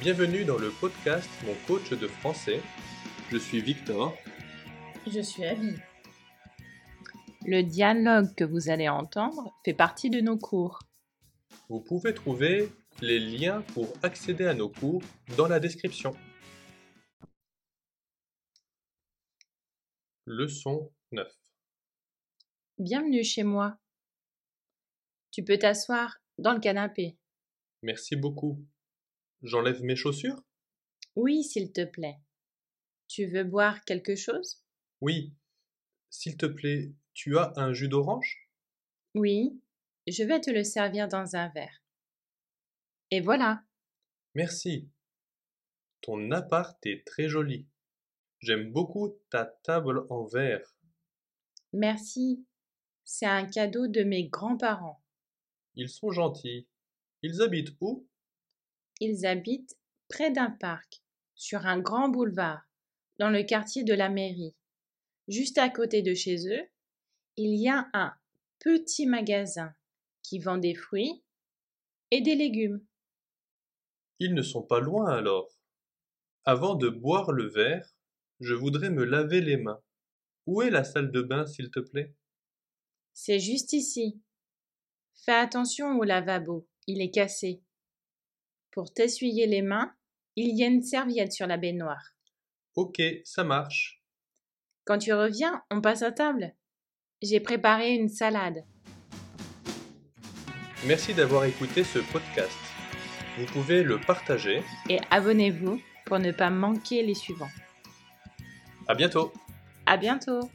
Bienvenue dans le podcast Mon coach de français. Je suis Victor. Je suis Abby. Le dialogue que vous allez entendre fait partie de nos cours. Vous pouvez trouver les liens pour accéder à nos cours dans la description. Leçon 9. Bienvenue chez moi. Tu peux t'asseoir dans le canapé. Merci beaucoup. J'enlève mes chaussures Oui, s'il te plaît. Tu veux boire quelque chose Oui. S'il te plaît, tu as un jus d'orange Oui. Je vais te le servir dans un verre. Et voilà. Merci. Ton appart est très joli. J'aime beaucoup ta table en verre. Merci. C'est un cadeau de mes grands-parents. Ils sont gentils. Ils habitent où Ils habitent près d'un parc, sur un grand boulevard, dans le quartier de la mairie. Juste à côté de chez eux, il y a un petit magasin qui vend des fruits et des légumes. Ils ne sont pas loin alors. Avant de boire le verre, je voudrais me laver les mains. Où est la salle de bain, s'il te plaît C'est juste ici. Fais attention au lavabo, il est cassé. Pour t'essuyer les mains, il y a une serviette sur la baignoire. Ok, ça marche. Quand tu reviens, on passe à table. J'ai préparé une salade. Merci d'avoir écouté ce podcast. Vous pouvez le partager. et abonnez-vous pour ne pas manquer les suivants. À bientôt À bientôt!